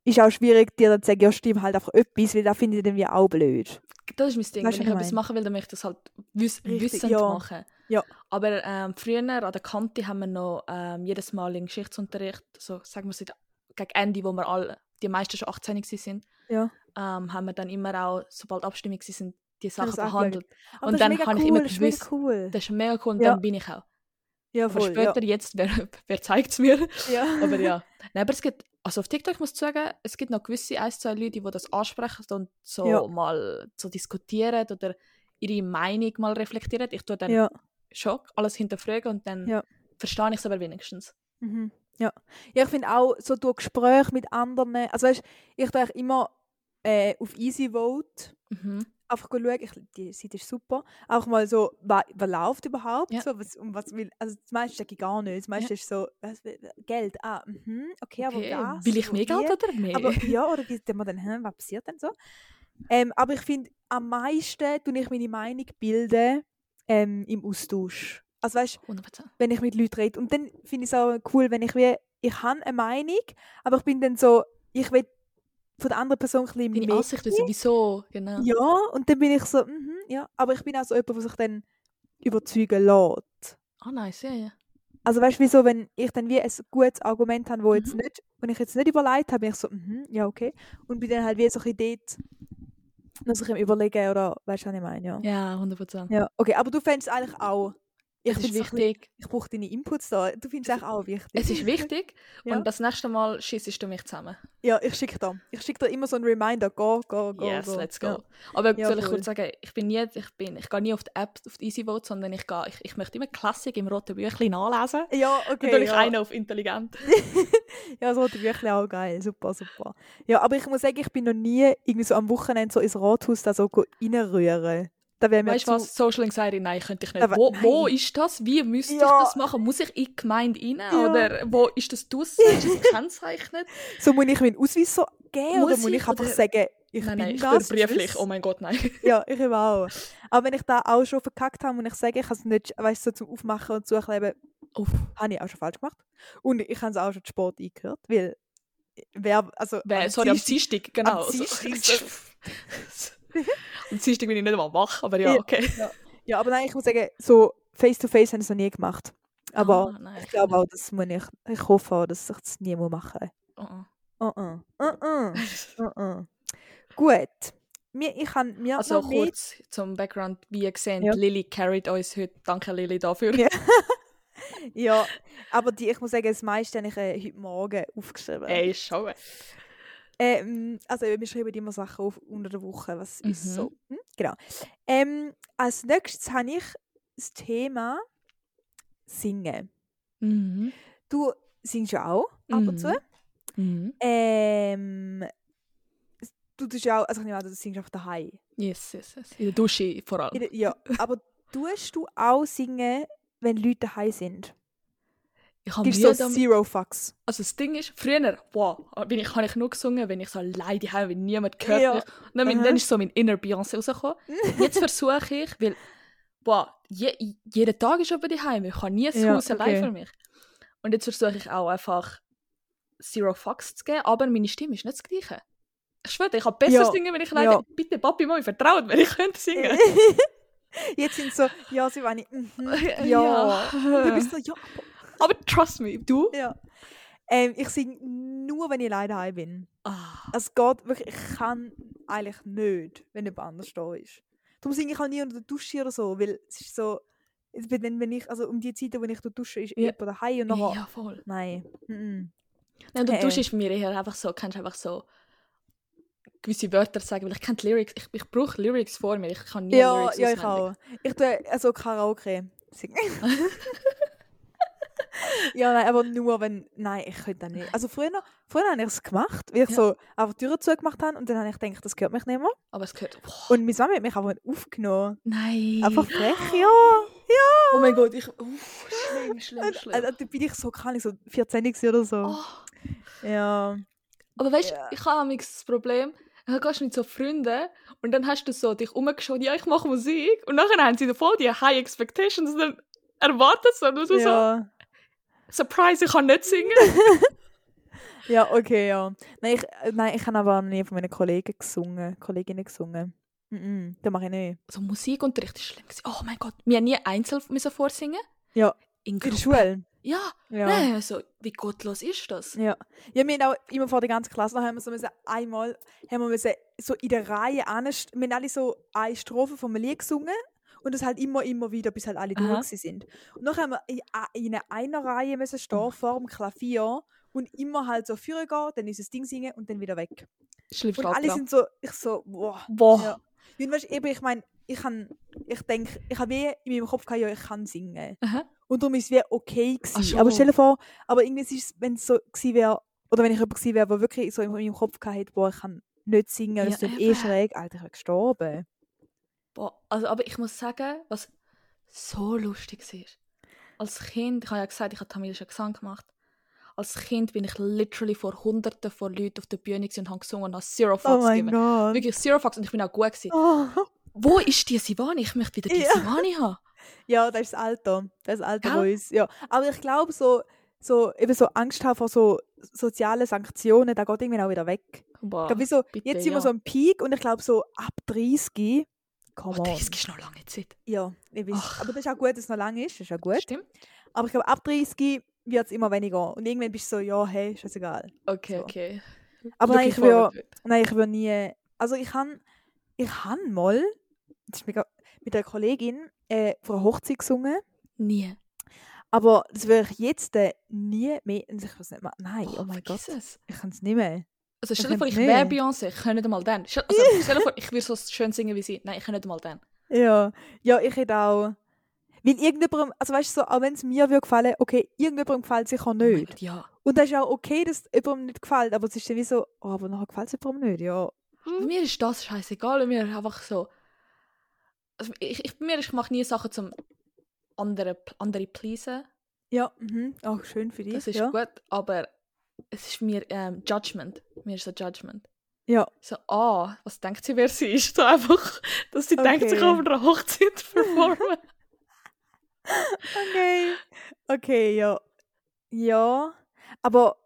[SPEAKER 1] ist auch schwierig, dir dann zu sagen, ja, stimmt halt einfach etwas, weil da finde ich dann wie auch blöd.
[SPEAKER 2] das ist mein Ding.
[SPEAKER 1] Weißt du,
[SPEAKER 2] Wenn ich
[SPEAKER 1] was ich
[SPEAKER 2] etwas
[SPEAKER 1] meine?
[SPEAKER 2] machen will, dann möchte ich das halt wiss
[SPEAKER 1] Richtig,
[SPEAKER 2] wissend
[SPEAKER 1] ja.
[SPEAKER 2] machen.
[SPEAKER 1] Ja.
[SPEAKER 2] Aber ähm, früher an der Kante haben wir noch ähm, jedes Mal im Geschichtsunterricht, so sagen wir seit gegen Ende, wo wir alle, die meisten schon 18 waren, sind,
[SPEAKER 1] Ja.
[SPEAKER 2] ähm, haben wir dann immer auch, sobald Abstimmungen waren, sind, die Sachen
[SPEAKER 1] das angeschaut.
[SPEAKER 2] behandelt.
[SPEAKER 1] Aber
[SPEAKER 2] Und
[SPEAKER 1] das ist
[SPEAKER 2] dann
[SPEAKER 1] mega
[SPEAKER 2] kann
[SPEAKER 1] cool,
[SPEAKER 2] ich immer
[SPEAKER 1] das ist mega
[SPEAKER 2] gewusst-
[SPEAKER 1] cool.
[SPEAKER 2] Das ist mega cool und
[SPEAKER 1] Ja.
[SPEAKER 2] dann bin ich auch.
[SPEAKER 1] Ja,
[SPEAKER 2] Aber
[SPEAKER 1] voll,
[SPEAKER 2] später, jetzt, wer, wer zeigt es mir?
[SPEAKER 1] ja. ja.
[SPEAKER 2] Aber ja. Nein, aber es gibt, also auf TikTok muss ich sagen, es gibt noch gewisse ein, zwei Leute, die das ansprechen und so
[SPEAKER 1] Ja.
[SPEAKER 2] mal so diskutieren oder ihre Meinung mal reflektieren. Ich tue dann
[SPEAKER 1] ja.
[SPEAKER 2] schon alles hinterfragen und dann
[SPEAKER 1] Ja.
[SPEAKER 2] verstehe ich es aber wenigstens.
[SPEAKER 1] Mhm. Ja. ja, ich finde auch so durch Gespräche mit anderen, also weißt, ich tue eigentlich immer äh, auf Easy Vote
[SPEAKER 2] Mhm.
[SPEAKER 1] einfach schauen, ich, die Seite ist super, einfach mal so, was, was läuft überhaupt,
[SPEAKER 2] Ja.
[SPEAKER 1] so, was, um was will, also das meiste check ich gar nicht, das meiste ist so, was, will- Geld, ah, mhm, okay, aber
[SPEAKER 2] Okay.
[SPEAKER 1] das,
[SPEAKER 2] Will ich
[SPEAKER 1] und
[SPEAKER 2] mehr Geld
[SPEAKER 1] wie?
[SPEAKER 2] oder mehr?
[SPEAKER 1] Aber ja, oder wie dann dann, hm, was passiert denn so? Ähm, aber ich finde, am meisten tue ich meine Meinung bilden ähm, im Austausch. Also weißt,
[SPEAKER 2] 100%.
[SPEAKER 1] wenn ich mit Leuten rede. Und dann finde ich es auch cool, wenn ich wie, ich habe eine Meinung, aber ich bin dann so, ich will von der anderen Person ein bisschen
[SPEAKER 2] Deine
[SPEAKER 1] mehr.
[SPEAKER 2] Ansicht wissen, wieso, genau.
[SPEAKER 1] Ja, und dann bin ich so, mhm, ja. Aber ich bin auch so jemand, der sich dann überzeugen lässt.
[SPEAKER 2] Ah, nice, ja, ja.
[SPEAKER 1] Also weißt du, wieso, wenn ich dann wie ein gutes Argument habe, wo jetzt
[SPEAKER 2] Mhm.
[SPEAKER 1] nicht wenn ich jetzt nicht überlegt habe, bin ich so, mhm, ja, okay. Und bin dann halt wie so ein bisschen dort, dass ich ihm überlege oder weißt du, was ich meine, ja.
[SPEAKER 2] Ja, 100%.
[SPEAKER 1] Ja, okay, aber du fändest es eigentlich auch. Ich
[SPEAKER 2] Es ist
[SPEAKER 1] find's so ein
[SPEAKER 2] wichtig.
[SPEAKER 1] bisschen- Ich brauche deine Inputs da. Du findest es eigentlich auch wichtig.
[SPEAKER 2] Es ist wichtig.
[SPEAKER 1] Ja.
[SPEAKER 2] Und das nächste Mal schießt du mich zusammen.
[SPEAKER 1] Ja, ich schicke dir. Ich schicke dir immer so einen Reminder. Go, go, go.
[SPEAKER 2] yes,
[SPEAKER 1] go.
[SPEAKER 2] let's go.
[SPEAKER 1] Ja.
[SPEAKER 2] Oh Aber
[SPEAKER 1] Ja,
[SPEAKER 2] soll ich
[SPEAKER 1] voll.
[SPEAKER 2] kurz sagen, ich bin nie, ich bin, ich gehe nie auf die App, auf die EasyVote, sondern ich gehe, ich, ich möchte immer Klassik im roten Büchlein nachlesen.
[SPEAKER 1] Ja, okay.
[SPEAKER 2] und dann ich
[SPEAKER 1] ja.
[SPEAKER 2] einen auf intelligent.
[SPEAKER 1] Ja, das rote Büchlein auch geil. Super, super. Ja, aber ich muss sagen, ich bin noch nie irgendwie so am Wochenende so ins Rathaus da so go reinrühren. Da wäre mir
[SPEAKER 2] weißt du
[SPEAKER 1] zu...
[SPEAKER 2] was? Social Anxiety, nein, könnte ich nicht.
[SPEAKER 1] Aber
[SPEAKER 2] wo, wo
[SPEAKER 1] nein.
[SPEAKER 2] ist das? Wie müsste
[SPEAKER 1] Ja.
[SPEAKER 2] ich das machen? Muss ich in die Gemeinde rein?
[SPEAKER 1] Ja.
[SPEAKER 2] Oder wo ist das draussen? Ist das gekennzeichnet?
[SPEAKER 1] So muss ich meinen Ausweis so geben
[SPEAKER 2] Muss
[SPEAKER 1] oder muss
[SPEAKER 2] ich
[SPEAKER 1] ich einfach
[SPEAKER 2] oder-
[SPEAKER 1] sagen, ich
[SPEAKER 2] nein,
[SPEAKER 1] bin
[SPEAKER 2] nein, ich
[SPEAKER 1] das?
[SPEAKER 2] würde brieflich.
[SPEAKER 1] tschüss?
[SPEAKER 2] Oh mein Gott, nein.
[SPEAKER 1] Ja, ich eben auch. Aber wenn ich da auch schon verkackt habe, muss ich sagen, ich habe es nicht, weißt du, so zum Aufmachen und Suchleben,
[SPEAKER 2] Uff.
[SPEAKER 1] habe ich auch schon falsch gemacht. Und ich habe es auch schon Sport eingehört, weil wer, also
[SPEAKER 2] Wer- Sorry, am
[SPEAKER 1] Dienstag-
[SPEAKER 2] Dienstag, genau.
[SPEAKER 1] am
[SPEAKER 2] so.
[SPEAKER 1] Dienstag.
[SPEAKER 2] am Dienstag bin ich nicht einmal wach, aber ja,
[SPEAKER 1] Ja.
[SPEAKER 2] okay.
[SPEAKER 1] Ja, aber nein, ich muss sagen, so face-to-face habe ich es noch nie gemacht. Aber
[SPEAKER 2] Ah, nein,
[SPEAKER 1] ich glaube auch, das muss ich, ich hoffe auch, dass ich es nie muss machen
[SPEAKER 2] Ah,
[SPEAKER 1] muss. Uh -uh. Uh
[SPEAKER 2] ah.
[SPEAKER 1] -uh. Uh -uh. Gut. Mir, ich habe mir
[SPEAKER 2] Also
[SPEAKER 1] noch mehr
[SPEAKER 2] kurz zum Background, wie ihr seht,
[SPEAKER 1] Ja.
[SPEAKER 2] Lilly carried uns heute. Danke Lilly dafür.
[SPEAKER 1] Ja. Ja, aber die, ich muss sagen, das meiste habe ich äh, heute Morgen aufgeschrieben.
[SPEAKER 2] Ey, schau.
[SPEAKER 1] Ähm, also wir schreiben immer Sachen auf unter der Woche, was
[SPEAKER 2] Mhm.
[SPEAKER 1] ist so. Hm? Genau. Ähm, als nächstes habe ich das Thema Singen.
[SPEAKER 2] Mhm.
[SPEAKER 1] Du singst ja auch ab und zu.
[SPEAKER 2] Mhm. Mhm.
[SPEAKER 1] Ähm, du tust ja auch, also ich nehme an, du singst auf daheim.
[SPEAKER 2] Yes, yes, yes. In der Dusche vor allem.
[SPEAKER 1] In der- Ja, aber tust du auch singen, wenn Leute daheim sind?
[SPEAKER 2] Ich habe
[SPEAKER 1] Gibst du
[SPEAKER 2] Mühe
[SPEAKER 1] so
[SPEAKER 2] damit.
[SPEAKER 1] Zero Fucks?
[SPEAKER 2] Also das Ding ist, früher, wow, bin ich, habe ich nur gesungen, wenn ich so alleine habe, wenn niemand gehört
[SPEAKER 1] Ja.
[SPEAKER 2] mich. Und dann, bin-
[SPEAKER 1] Aha.
[SPEAKER 2] dann ist so mein inner Beyoncé rausgekommen. Jetzt versuche ich, weil, wow, je, jeden Tag ist jemand daheim. Ich habe nie ein
[SPEAKER 1] Ja,
[SPEAKER 2] Haus allein
[SPEAKER 1] okay.
[SPEAKER 2] für mich. Und jetzt versuche ich auch einfach Zero Fucks zu geben, aber meine Stimme ist nicht das Gleiche. Ich schwöre, ich kann besser
[SPEAKER 1] Ja,
[SPEAKER 2] singen, wenn ich alleine
[SPEAKER 1] ja.
[SPEAKER 2] Bitte Papi, Mami, vertraut mir, ich könnte singen.
[SPEAKER 1] Jetzt sind so, ja, sie waren nicht, mhm, ja. Du
[SPEAKER 2] ja.
[SPEAKER 1] bist so, ja, aber-
[SPEAKER 2] Aber trust me, du?
[SPEAKER 1] ja. Ähm, ich singe nur, wenn ich allein daheim bin.
[SPEAKER 2] Ah,
[SPEAKER 1] Es geht wirklich, ich kann eigentlich nicht, wenn jemand anders da ist. Darum singe ich auch nie unter der Dusche oder so, weil es ist so, es wird, wenn, wenn ich, also um die Zeit, wo ich da dusche, ist
[SPEAKER 2] Ja.
[SPEAKER 1] jemand daheim und nachher,
[SPEAKER 2] ja, voll.
[SPEAKER 1] nein. mhm.
[SPEAKER 2] Nein, du
[SPEAKER 1] Hey.
[SPEAKER 2] tust ist mir eher einfach so, kannst einfach so gewisse Wörter sagen, weil ich kenne die Lyrics, ich, ich brauche Lyrics vor mir, ich kann nie
[SPEAKER 1] Ja,
[SPEAKER 2] Lyrics
[SPEAKER 1] ja, ich auch.
[SPEAKER 2] auswendig.
[SPEAKER 1] Ich tue also Karaoke singen. ja, nein, aber nur wenn. Nein, ich könnte das nicht. Also früher, früher habe ich es gemacht, weil ich
[SPEAKER 2] Ja.
[SPEAKER 1] so einfach die Türen zugemacht habe und dann habe ich gedacht, das gehört mich nicht mehr.
[SPEAKER 2] Aber es gehört, boah,
[SPEAKER 1] Und meine Mama hat mich einfach aufgenommen.
[SPEAKER 2] nein.
[SPEAKER 1] Einfach frech, ja.
[SPEAKER 2] oh mein Gott, ich, uff, schlimm, schlimm, schlimm.
[SPEAKER 1] Also, da bin ich so, keine Ahnung, so 14 gewesen oder so.
[SPEAKER 2] oh.
[SPEAKER 1] Ja.
[SPEAKER 2] Aber weißt du,
[SPEAKER 1] Ja.
[SPEAKER 2] ich habe manchmal das Problem, dann gehst du mit so Freunden und dann hast du so dich umgeschaut, ja, ich mache Musik und nachher haben sie so voll die High Expectations und dann erwartet so, du so,
[SPEAKER 1] ja.
[SPEAKER 2] Surprise, ich kann nicht singen.
[SPEAKER 1] Ja, okay, ja. Nein, ich, äh, nein, ich habe aber noch nie von meinen Kollegen gesungen, Kolleginnen gesungen. Mhm, das mache ich nicht.
[SPEAKER 2] so Musikunterricht ist schlimm. gewesen. Oh mein Gott, wir haben nie einzeln müssen vorsingen.
[SPEAKER 1] Ja.
[SPEAKER 2] In
[SPEAKER 1] In der
[SPEAKER 2] Gruppe.
[SPEAKER 1] Schule?
[SPEAKER 2] Ja,
[SPEAKER 1] Ja.
[SPEAKER 2] Nein, also, wie gottlos ist das?
[SPEAKER 1] Ja. ja, wir haben auch immer vor der ganzen Klasse, da haben wir so müssen, einmal haben wir müssen, so in der Reihe anst wir haben alle so eine Strophe vom Lied gesungen und das halt immer, immer wieder, bis halt alle
[SPEAKER 2] Aha.
[SPEAKER 1] durch gewesen sind. Und dann haben wir in, a- in einer Reihe müssen stehen, vor dem Klavier und immer halt so führen gehen, dann ist das Ding singen und dann wieder weg.
[SPEAKER 2] Schlimm,
[SPEAKER 1] Und alle sind so, ich so, boah.
[SPEAKER 2] Boah.
[SPEAKER 1] Ja. Ja, Und weißt, eben, ich meine, ich kann, ich denke, ich habe wie in meinem Kopf gehabt, ja, ich kann singen.
[SPEAKER 2] Aha.
[SPEAKER 1] Und darum ist es wie okay
[SPEAKER 2] Ach
[SPEAKER 1] gewesen.
[SPEAKER 2] so.
[SPEAKER 1] Aber stell dir vor, aber irgendwie ist es, wenn es so gewesen wäre, oder wenn ich jemand gewesen wäre, der wirklich so in meinem Kopf gehabt hätte, boah, ich kann nicht singen, das
[SPEAKER 2] Ja, äh,
[SPEAKER 1] tut eh
[SPEAKER 2] eben.
[SPEAKER 1] schräg, Alter, ich wäre gestorben.
[SPEAKER 2] Boah. Also, aber ich muss sagen, was so lustig war. Als Kind, ich habe ja gesagt, ich habe tamilischen Gesang gemacht. Als Kind bin ich literally vor Hunderten von Leuten auf der Bühne gewesen und habe gesungen und habe Zero
[SPEAKER 1] Oh
[SPEAKER 2] Fox
[SPEAKER 1] mein
[SPEAKER 2] gegeben.
[SPEAKER 1] Gott.
[SPEAKER 2] Wirklich Zero Fox und ich bin auch gut gewesen.
[SPEAKER 1] Oh.
[SPEAKER 2] Wo ist die Sivani? Ich möchte wieder die
[SPEAKER 1] Ja.
[SPEAKER 2] Sivani haben.
[SPEAKER 1] Ja, das ist das Alter. Das ist das Alter
[SPEAKER 2] Gell?
[SPEAKER 1] bei uns. Ja. Aber ich glaube, so, so, eben so Angst haben vor so sozialen Sanktionen, da geht irgendwann auch wieder weg. Ich
[SPEAKER 2] Boah.
[SPEAKER 1] glaube, wie so,
[SPEAKER 2] bitte,
[SPEAKER 1] jetzt sind
[SPEAKER 2] ja.
[SPEAKER 1] wir so am Peak und ich glaube, so ab 30,
[SPEAKER 2] Oh,
[SPEAKER 1] come on.
[SPEAKER 2] 30 ist noch lange Zeit.
[SPEAKER 1] Ja, ich weiß.
[SPEAKER 2] Ach.
[SPEAKER 1] Aber das ist auch gut, dass es noch lange ist, das ist auch gut.
[SPEAKER 2] Stimmt.
[SPEAKER 1] Aber ich glaube, ab 30 wird es immer weniger. Und irgendwann bist du so, ja, hey, scheißegal.
[SPEAKER 2] Okay,
[SPEAKER 1] So.
[SPEAKER 2] okay.
[SPEAKER 1] Aber nein,
[SPEAKER 2] Looking
[SPEAKER 1] ich will,
[SPEAKER 2] forward to it.
[SPEAKER 1] nein, ich will nie. Also ich han, ich han mal das ist mega, mit einer Kollegin äh, vor einer Hochzeit gesungen.
[SPEAKER 2] Nie.
[SPEAKER 1] Aber das würde ich jetzt äh, nie mehr. Ich kann es nicht mehr. Nein, oh, mein Gott.
[SPEAKER 2] vergiss Es.
[SPEAKER 1] Ich kann es nicht mehr.
[SPEAKER 2] Also stell
[SPEAKER 1] Ich
[SPEAKER 2] dir vor, ich
[SPEAKER 1] könnte
[SPEAKER 2] wäre
[SPEAKER 1] nicht.
[SPEAKER 2] Beyoncé, ich könnte nicht einmal dann. Stell, also, stell dir vor, ich würde so schön singen wie sie. Nein, ich kann nicht einmal dann. Oh
[SPEAKER 1] Ja. Ja, ich hätte auch. Weil irgendjemandem, also weißt du, so, auch wenn es mir würde gefallen, okay, irgendjemandem gefällt es sicher
[SPEAKER 2] Oh mein
[SPEAKER 1] nicht.
[SPEAKER 2] Gott, ja.
[SPEAKER 1] Und das ist auch okay, dass es jemandem nicht gefällt, aber es ist dann wie so, oh, aber nachher gefällt es jemandem nicht, ja.
[SPEAKER 2] Aber mir ist das scheißegal. und Mir ist einfach so. Also ich, ich, mir ist, ich mache nie Sachen zum anderen, andere pleasen.
[SPEAKER 1] Ja, mhm. auch schön für dich.
[SPEAKER 2] Das ist
[SPEAKER 1] ja.
[SPEAKER 2] gut, aber es ist mir ähm, Judgment. Mir ist so Judgment.
[SPEAKER 1] Ja.
[SPEAKER 2] So, ah, was denkt sie, wer sie ist? So einfach, dass sie denkt, sie
[SPEAKER 1] Okay.
[SPEAKER 2] kann auf einer Hochzeit performen.
[SPEAKER 1] Okay. Okay, ja. Ja. Aber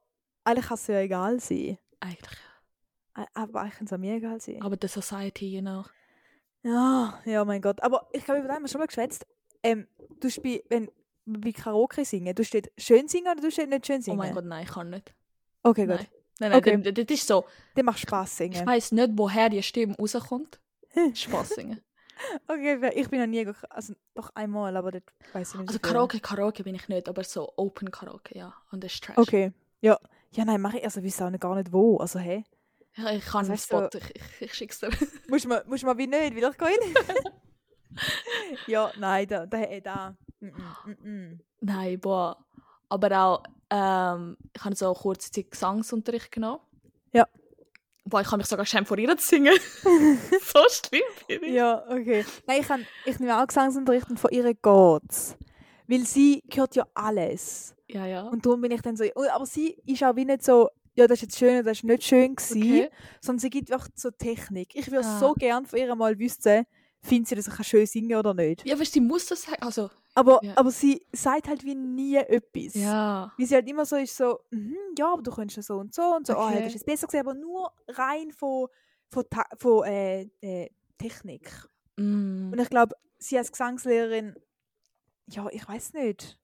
[SPEAKER 1] eigentlich kann es ja egal sein.
[SPEAKER 2] Eigentlich.
[SPEAKER 1] Ei- Aber eigentlich kann es auch mir egal sein.
[SPEAKER 2] Aber der Society, you know.
[SPEAKER 1] Ja, ja, mein Gott. Aber ich glaube, über das haben wir schon mal geschwätzt. Ähm, du hast bei, wenn, bei Karaoke singen, du steht schön singen oder du steht nicht schön
[SPEAKER 2] Oh
[SPEAKER 1] singen?
[SPEAKER 2] mein Gott, nein, ich kann nicht.
[SPEAKER 1] Okay,
[SPEAKER 2] nein.
[SPEAKER 1] gut.
[SPEAKER 2] Nein, nein,
[SPEAKER 1] Okay.
[SPEAKER 2] das, das ist so.
[SPEAKER 1] Dann macht Spaß singen.
[SPEAKER 2] Ich weiss nicht, woher die Stimme rauskommt. Spaß singen.
[SPEAKER 1] okay, fair. ich bin noch nie, ge- also doch einmal, aber das weiß ich nicht. so
[SPEAKER 2] Also
[SPEAKER 1] viel.
[SPEAKER 2] Karaoke, Karaoke bin ich nicht, aber so Open Karaoke, ja. Und das ist trash.
[SPEAKER 1] Okay, ja. Ja, nein, mache ich, also ich weiß auch nicht- gar nicht wo. Also, hey.
[SPEAKER 2] Ich, ich kann
[SPEAKER 1] Das
[SPEAKER 2] einen
[SPEAKER 1] heißt so-
[SPEAKER 2] Spot, ich, ich, ich schick's dir.
[SPEAKER 1] Muss man, muss man wie nicht, weil ich gehe hin. ja, nein, da, da, eh, da. Mm, mm, mm, mm.
[SPEAKER 2] Nein, boah. Aber auch, ähm, ich habe so kurze Zeit Gesangsunterricht genommen.
[SPEAKER 1] Ja.
[SPEAKER 2] Boah, ich habe mich sogar geschämt, vor ihr zu singen. so schlimm bin ich.
[SPEAKER 1] Ja, okay. Nein, ich, kann, ich nehme auch Gesangsunterricht und von ihr geht's. Weil sie hört ja alles.
[SPEAKER 2] Ja, ja.
[SPEAKER 1] Und darum bin ich dann so, und- aber sie ist auch wie nicht so, ja, das ist jetzt schön oder das ist nicht schön gewesen,
[SPEAKER 2] Okay.
[SPEAKER 1] sondern sie gibt einfach so Technik. Ich würde
[SPEAKER 2] Ah.
[SPEAKER 1] so gern von ihr mal wissen, findet sie, dass ich schön singen oder nicht.
[SPEAKER 2] Ja, weißt du, sie muss das sagen. Also,
[SPEAKER 1] Aber,
[SPEAKER 2] Ja.
[SPEAKER 1] aber sie sagt halt wie nie etwas.
[SPEAKER 2] ja.
[SPEAKER 1] Wie sie halt immer so ist, so, mhm, ja, aber du könntest ja so und so und so, oh,
[SPEAKER 2] Okay.
[SPEAKER 1] hey, das ist jetzt besser gewesen, aber nur rein von, von, Ta- von äh, äh, Technik.
[SPEAKER 2] Mm.
[SPEAKER 1] Und ich glaube, sie als Gesangslehrerin, ja, ich weiß nicht.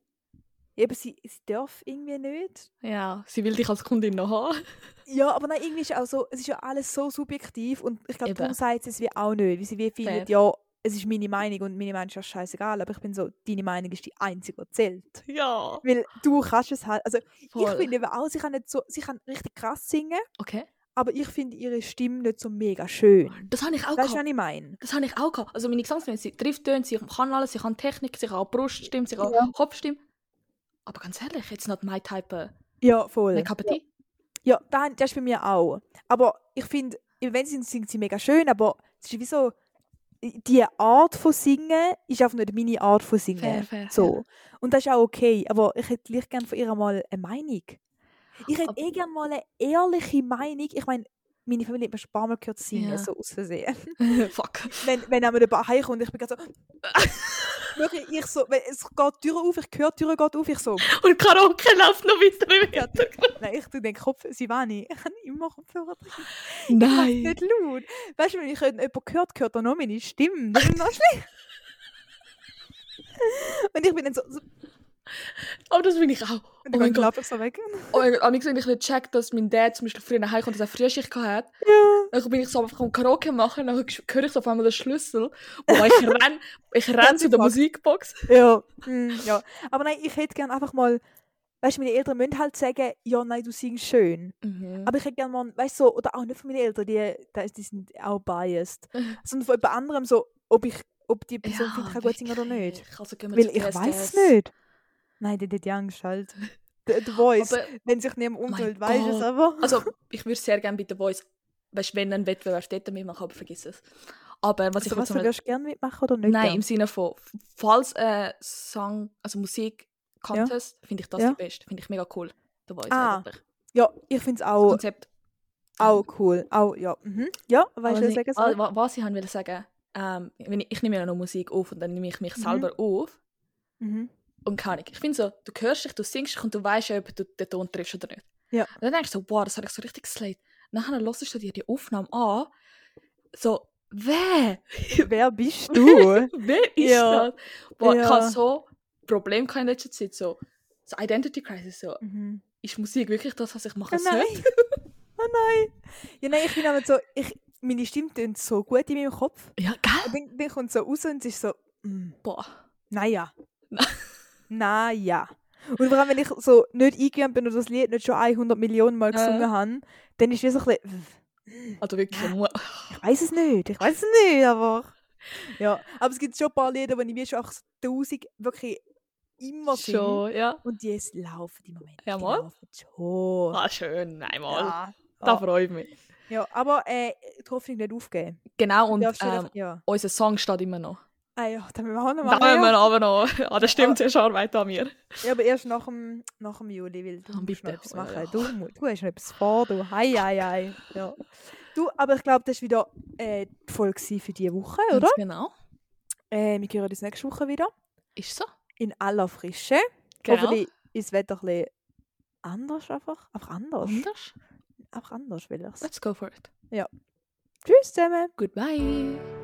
[SPEAKER 1] Eben, sie, sie darf irgendwie nicht.
[SPEAKER 2] Ja, sie will dich als Kundin noch haben.
[SPEAKER 1] Ja, aber nein, irgendwie ist auch so, es ist ja alles so subjektiv und ich glaube,
[SPEAKER 2] Eben.
[SPEAKER 1] darum sagt sie es wie auch nicht, weil sie wie findet,
[SPEAKER 2] Fair.
[SPEAKER 1] ja, es ist meine Meinung und meine Meinung ist ja scheißegal, aber ich bin so, deine Meinung ist die einzige, die zählt.
[SPEAKER 2] Ja.
[SPEAKER 1] Weil du kannst es halt, also ich
[SPEAKER 2] Voll.
[SPEAKER 1] finde eben auch, sie kann, nicht so, sie kann richtig krass singen,
[SPEAKER 2] Okay.
[SPEAKER 1] aber ich finde ihre Stimme nicht so mega schön.
[SPEAKER 2] Das habe ich auch
[SPEAKER 1] Weißt du,
[SPEAKER 2] gehabt.
[SPEAKER 1] was ich meine?
[SPEAKER 2] Das habe ich auch gehabt. Also meine Gesangslehrerin, sie trifft Töne, sie kann alles, sie kann Technik, sie kann auch Bruststimme, sie kann
[SPEAKER 1] Ja.
[SPEAKER 2] Kopfstimme. Aber ganz ehrlich, it's not my type. äh,
[SPEAKER 1] Ja, voll.
[SPEAKER 2] Make up a tea.
[SPEAKER 1] Ja, da- das ist bei mir auch. Aber ich finde, wenn sie singt, singt sie mega schön, aber es ist wie so, die Art von Singen ist einfach nicht meine Art von Singen.
[SPEAKER 2] Fair, fair,
[SPEAKER 1] so. Und das ist auch okay, aber ich hätte gleich gerne von ihr mal eine Meinung. Ich hätte
[SPEAKER 2] Aber-
[SPEAKER 1] eh gerne mal eine ehrliche Meinung. Ich meine, meine Familie hat mir schon ein paar Mal gehört singen,
[SPEAKER 2] Ja.
[SPEAKER 1] so aus Versehen.
[SPEAKER 2] Fuck.
[SPEAKER 1] wenn, wenn einmal der Bar heimkommt, ich bin gerade so... wirklich, ich so, wenn- es geht die Tür auf, ich höre die Tür geht auf, ich so...
[SPEAKER 2] Und Karaoke läuft noch weiter im
[SPEAKER 1] Ja,
[SPEAKER 2] Hintergrund.
[SPEAKER 1] Nein, ich tu den Kopf, Sivani, ich habe immer Kopfhörer drin.
[SPEAKER 2] Nein.
[SPEAKER 1] nicht laut. Weißt du, wenn ich jemanden hört, hört er noch meine Stimme. Das ist noch schlimm. Und ich bin dann so, so
[SPEAKER 2] Aber das bin ich auch.
[SPEAKER 1] und
[SPEAKER 2] Oh
[SPEAKER 1] dann
[SPEAKER 2] mein
[SPEAKER 1] oh
[SPEAKER 2] Gott.
[SPEAKER 1] ich so weg.
[SPEAKER 2] Oh mein Gott. Amigs, wenn ich nicht check, dass mein Dad zum Beispiel früher nach Hause kommt, dass er Frühschicht hatte,
[SPEAKER 1] Ja.
[SPEAKER 2] dann bin ich so einfach am Karaoke machen, dann höre ich so auf einmal den Schlüssel. Boah, ich renn, ich renn zu der
[SPEAKER 1] Box.
[SPEAKER 2] Musikbox.
[SPEAKER 1] Ja. Mm, ja. Aber nein, ich hätte gerne einfach mal, weißt du, meine Eltern müssen halt sagen, ja, nein, du singst schön.
[SPEAKER 2] Mhm.
[SPEAKER 1] Aber ich hätte gerne mal, weißt du, so, oder auch nicht von meinen Eltern, die, da ist- die sind auch biased, sondern von jemand anderem so, ob ich, ob die Person
[SPEAKER 2] Ja,
[SPEAKER 1] findet, ich kann Also, gut singen oder nicht.
[SPEAKER 2] wirklich. Also gehen wir
[SPEAKER 1] Weil
[SPEAKER 2] zu
[SPEAKER 1] ich
[SPEAKER 2] DSDS.
[SPEAKER 1] weiß nicht. Nein, die hat die Angst halt. The, the Voice.
[SPEAKER 2] Aber, Oh
[SPEAKER 1] wenn sich niemand
[SPEAKER 2] Mein
[SPEAKER 1] umhält, weißt du es
[SPEAKER 2] Gott.
[SPEAKER 1] aber.
[SPEAKER 2] also, ich würde sehr gerne bei The Voice, weißt du, wenn ein Wettbewerb dort mitmachen, aber vergiss es. Aber was
[SPEAKER 1] Also,
[SPEAKER 2] ich
[SPEAKER 1] was,
[SPEAKER 2] jetzt mal-
[SPEAKER 1] du würdest gerne mitmachen oder nicht?
[SPEAKER 2] Nein,
[SPEAKER 1] gern?
[SPEAKER 2] im Sinne von, falls äh, Song, also Musik Contest, finde ich das
[SPEAKER 1] Ja.
[SPEAKER 2] die beste. Finde ich mega cool. The Voice
[SPEAKER 1] Ah,
[SPEAKER 2] eigentlich.
[SPEAKER 1] Ja, ich finde es
[SPEAKER 2] Das
[SPEAKER 1] auch,
[SPEAKER 2] Konzept. Ähm,
[SPEAKER 1] auch cool. Auch, ja. Mhm. Ja, weißt
[SPEAKER 2] Aber
[SPEAKER 1] du, was
[SPEAKER 2] nicht-
[SPEAKER 1] ich sagen
[SPEAKER 2] ah,
[SPEAKER 1] soll?
[SPEAKER 2] wa- was ich haben will sagen, ähm, wenn ich, ich nehme ja noch Musik auf und dann nehme ich mich
[SPEAKER 1] Mhm.
[SPEAKER 2] selber auf
[SPEAKER 1] Mhm.
[SPEAKER 2] und keine Ahnung. Ich finde so, du hörst dich, du singst dich und du weißt ja, ob du den Ton triffst oder nicht.
[SPEAKER 1] Ja.
[SPEAKER 2] Und dann denkst du so, wow, das habe ich so richtig geslayed. Nachher hörst du dir die Aufnahme an, so, wer?
[SPEAKER 1] Wer bist du?
[SPEAKER 2] Wer ist
[SPEAKER 1] Ja.
[SPEAKER 2] das? Boah, Ich
[SPEAKER 1] Ja.
[SPEAKER 2] hatte so Probleme gehabt in letzter Zeit. So, so Identity Crisis, so,
[SPEAKER 1] Mhm.
[SPEAKER 2] ist Musik wirklich das, was ich
[SPEAKER 1] Oh
[SPEAKER 2] machen soll?
[SPEAKER 1] nein. Oh nein. Ja, nein, ich bin aber so, ich, meine Stimme tönt so gut in meinem Kopf.
[SPEAKER 2] Ja, gell?
[SPEAKER 1] Und dann, dann kommt so raus und es ist so, mm,
[SPEAKER 2] Boah.
[SPEAKER 1] naja.
[SPEAKER 2] Na-
[SPEAKER 1] naja. Und vor allem, wenn ich so nicht eingegangen bin oder das Lied nicht schon 100 Millionen Mal
[SPEAKER 2] Ja.
[SPEAKER 1] gesungen habe, dann ist es so ein bisschen,
[SPEAKER 2] Also wirklich, mu-
[SPEAKER 1] ich weiß es nicht, ich weiß es nicht, aber. Ja, aber es gibt schon ein paar Lieder, die ich mir schon 8000 wirklich immer singe.
[SPEAKER 2] schon, ja.
[SPEAKER 1] Und die es laufen im Moment.
[SPEAKER 2] Ja, mal.
[SPEAKER 1] Schon.
[SPEAKER 2] Ah, schön, einmal.
[SPEAKER 1] Ja.
[SPEAKER 2] Da
[SPEAKER 1] Ah.
[SPEAKER 2] freue ich mich.
[SPEAKER 1] Ja, aber äh, die Hoffnung nicht aufgeben.
[SPEAKER 2] Genau,
[SPEAKER 1] Du
[SPEAKER 2] und
[SPEAKER 1] darfst nicht
[SPEAKER 2] ähm,
[SPEAKER 1] einfach- ja.
[SPEAKER 2] unser Song steht immer noch.
[SPEAKER 1] Ah ja, dann müssen wir auch noch mal.
[SPEAKER 2] Da haben wir
[SPEAKER 1] ja.
[SPEAKER 2] aber noch. Ah, das stimmt, zuerst Arbeit an mir.
[SPEAKER 1] ja, aber erst nach dem, nach dem Juli, weil du
[SPEAKER 2] Ah,
[SPEAKER 1] musst noch
[SPEAKER 2] bitte.
[SPEAKER 1] etwas
[SPEAKER 2] Oh, ja.
[SPEAKER 1] machen. Du, mu- du hast noch etwas vor, du. Hei, hei, hei. Ja. Du, aber ich glaube, das war wieder äh, die Folge gewesen für diese Woche, oder?
[SPEAKER 2] Ganz genau.
[SPEAKER 1] Äh, wir hören uns nächste Woche wieder.
[SPEAKER 2] Ist so.
[SPEAKER 1] In aller Frische.
[SPEAKER 2] Genau.
[SPEAKER 1] Hoffentlich ist das Wetter ein bisschen anders einfach. Einfach anders.
[SPEAKER 2] Anders?
[SPEAKER 1] Einfach anders will ich's.
[SPEAKER 2] Let's go for it.
[SPEAKER 1] Tschüss zusammen.
[SPEAKER 2] Goodbye.